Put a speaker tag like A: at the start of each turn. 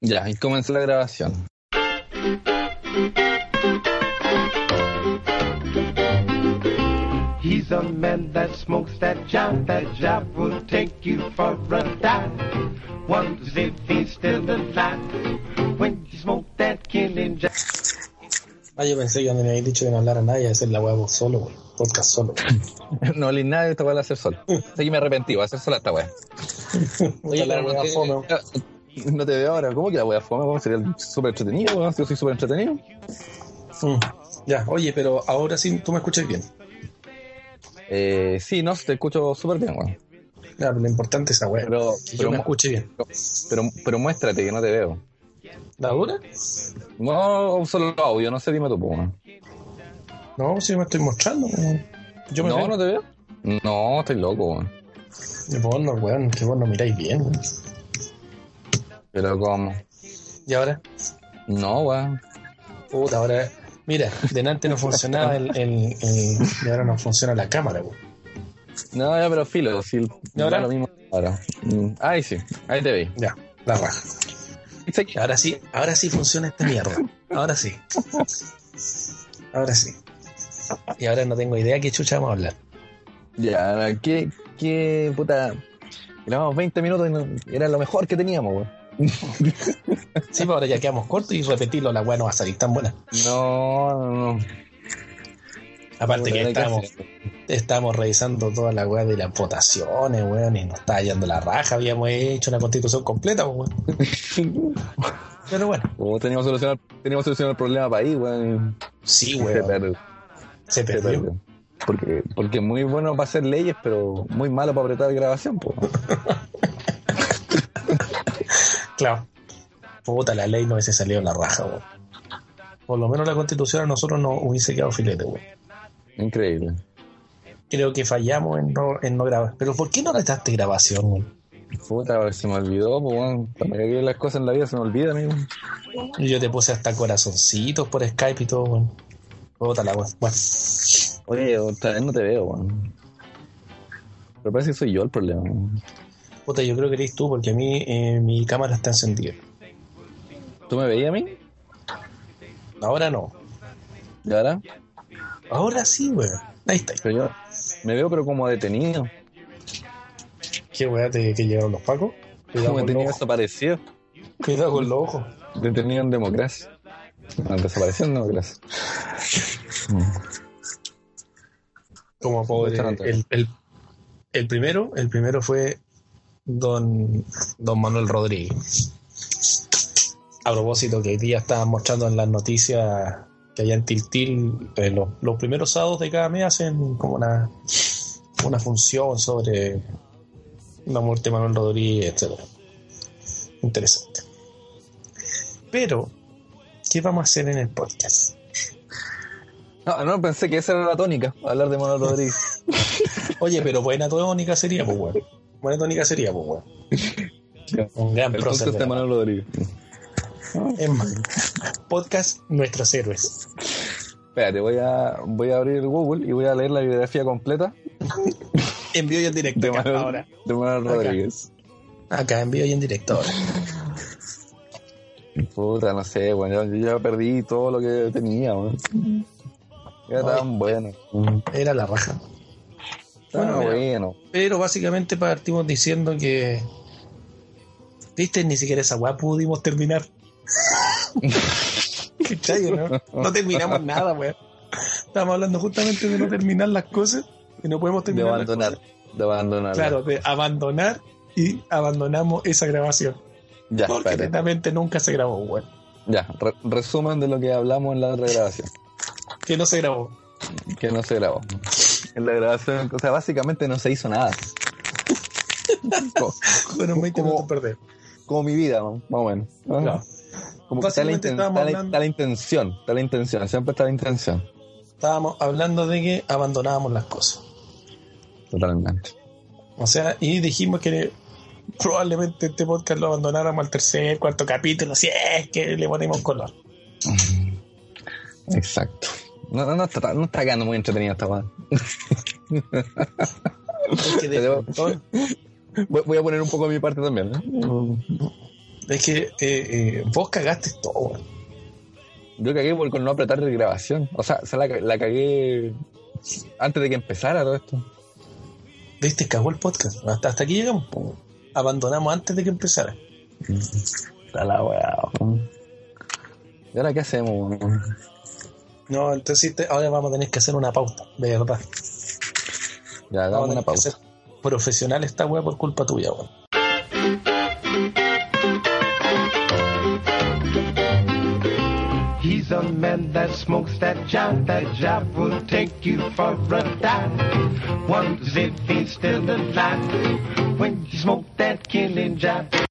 A: Ya, y comenzó la grabación.
B: He's a man that smokes that job. That job will take you for a dive. Wonders if he's still alive when you smoke that killing job.
C: Ah, yo pensé que no me habéis dicho de no hablar a nadie, hacer la hueá solo, güey. Podcast solo.
A: No leí nada de esta weá la hacer sol. Sé que me arrepentí, voy a hacer sola esta weá. Oye,
C: la
A: pero
C: wea
A: no te-
C: fome.
A: eh, No te veo ahora, ¿cómo que la weá fome? weón? Sería súper entretenido, weón. Yo soy súper entretenido.
C: Mm. Ya, oye, pero ahora sí tú me escuchas bien.
A: Eh, sí, no, te escucho súper bien, weón.
C: Ya, pero lo importante es esa hueá.
A: Pero,
C: que yo
A: pero,
C: me
A: mu-
C: escuche bien.
A: pero, pero muéstrate que no te veo.
C: ¿La dura?
A: No, solo audio, no sé, dime tú, po, weón.
C: No, si yo me estoy mostrando, weón. Yo me
A: No,
C: veo.
A: no te veo. No, estoy loco, weón.
C: Y Vos no, weón, que vos no miráis bien, weón.
A: Pero ¿cómo?
C: Y ahora,
A: No, weón.
C: puta, ahora. Mira, delante no funcionaba el, el, el- Y ahora no funciona la cámara, weón.
A: No, ya, pero filo, si
C: ¿Y ahora?
A: da lo mismo. Ahora. Mm, Ahí sí, ahí te vi.
C: Ya, la raja.
A: Sé que-
C: Ahora sí, ahora sí funciona esta mierda. Ahora sí. Ahora sí. Y ahora no tengo idea de qué chucha vamos a hablar.
A: Ya, ahora, qué, qué puta. Grabamos 20 minutos y no- era lo mejor que teníamos, weón.
C: Sí, pero ahora ya quedamos cortos y repetirlo, la weá no va a salir tan buena.
A: No, no, no.
C: Aparte que
A: Puta,
C: estábamos, estábamos revisando toda la weá de las votaciones, weón, y nos estaba yendo la raja, habíamos hecho una constitución completa, pues, weón. Pero bueno,
A: O Oh, teníamos solucionar, teníamos solucionar el problema país, weón.
C: sí,
A: y Se
C: weón,
A: perdió,
C: se
A: se
C: perdió.
A: perdió. Porque, porque muy bueno para hacer leyes, pero muy malo para apretar grabación, po.
C: Claro. Puta, la ley no hubiese salido la raja, weón. Por lo menos la constitución a nosotros no hubiese quedado filete, weón.
A: Increíble.
C: creo que fallamos en no, en no grabar. Pero ¿por qué no retaste grabación? güey?
A: Puta, se me olvidó, po, weón. Para que las cosas en la vida se me olvida, amigo.
C: Yo te puse hasta corazoncitos por Skype y todo, güey. Puta la güey. Bueno,
A: Oye, otra vez no te veo, weón. Pero parece que soy yo el problema, weón.
C: puta, yo creo que eres tú porque a mí eh, mi cámara está encendida.
A: ¿Tú me veías a mí?
C: Ahora no.
A: ¿Y ahora?
C: Ahora sí, güey. Ahí está.
A: Pero yo me veo pero como detenido.
C: Qué weá te- que llegaron los pacos.
A: Como
C: Cuidado con los
A: detenido
C: ojos.
A: desaparecido.
C: Cuidado con los ojos.
A: Detenido en democracia. No, desaparecido en democracia.
C: Como pobre.
A: Muchas gracias.
C: El, el, el primero, el primero fue don, don Manuel Rodríguez. A propósito, que hoy día estaban mostrando en las noticias que allá en Tiltil, eh, los, los primeros sábados de cada mes hacen como una, una función sobre la muerte de Manuel Rodríguez, etcétera. Interesante. Pero, ¿qué vamos a hacer en el podcast?
A: No, no, pensé que esa era la tónica, hablar de Manuel Rodríguez.
C: Oye, pero buena tónica sería, pues, weón. Buena tónica sería, pues, weón. Un gran
A: El
C: prócer
A: punto está
C: de la-
A: Manuel Rodríguez.
C: Es más, podcast Nuestros Héroes.
A: Espérate, voy a, voy a abrir Google y voy a leer la biografía completa
C: Envío y en directo.
A: de
C: acá,
A: Manuel,
C: ahora.
A: de Manuel
C: Acá.
A: Rodríguez.
C: Acá, envío y en directo. ahora.
A: Puta, no sé, bueno, yo ya perdí todo lo que tenía, weón. Era
C: Ay.
A: tan bueno.
C: Era la raja.
A: Tan
C: Bueno, mira.
A: bueno.
C: Pero básicamente partimos diciendo que. ¿Viste? Ni siquiera esa weá pudimos terminar. Qué chayo, ¿no? No terminamos nada, weón. Estábamos hablando justamente de no terminar las cosas y no podemos
A: De
C: terminar. las
A: abandonar. De abandonar.
C: Claro, de abandonar y abandonamos esa grabación.
A: Ya,
C: Porque
A: espérate.
C: netamente nunca se grabó, weón.
A: Ya, re- resumen de lo que hablamos en la otra grabación,
C: Que no se grabó.
A: que no se grabó. En la grabación, o sea, básicamente no se hizo nada. Co-
C: Fueron 20
A: Como-
C: minutos perder.
A: Como mi vida, más o menos.
C: Claro.
A: Como que está la,
C: Básicamente
A: inten-
C: estábamos
A: está la-
C: hablando-
A: está la intención, está la intención, siempre está la intención.
C: Estábamos hablando de que abandonábamos las cosas.
A: Totalmente.
C: O sea, y dijimos que probablemente este podcast lo abandonáramos al tercer, cuarto capítulo, si es que le ponemos color.
A: Exacto. No, no, no está, no está quedando muy entretenido esta weá.
C: Es que de
A: Pero-
C: montón,
A: Voy, voy a poner un poco de mi parte también. ¿eh?
C: Es que eh, eh, vos cagaste todo, weón.
A: Yo cagué por con no apretar de grabación. O sea, o sea, la, la cagué antes de que empezara todo esto.
C: Viste, este cagó el podcast. Hasta, hasta aquí llegamos. po. Abandonamos antes de que empezara.
A: Está Mm. la weá. weón. ¿Y ahora qué hacemos? weón?
C: No, entonces te- ahora vamos a tener que hacer una pauta, de verdad.
A: Ya,
C: Vamos
A: hagamos
C: a
A: una
C: tener que
A: pausa.
C: ser profesional esta weá por culpa tuya, weón.
B: He's a man that smokes that job. That job will take you for a dive. Wonders if he's still alive when you smoke that killing job.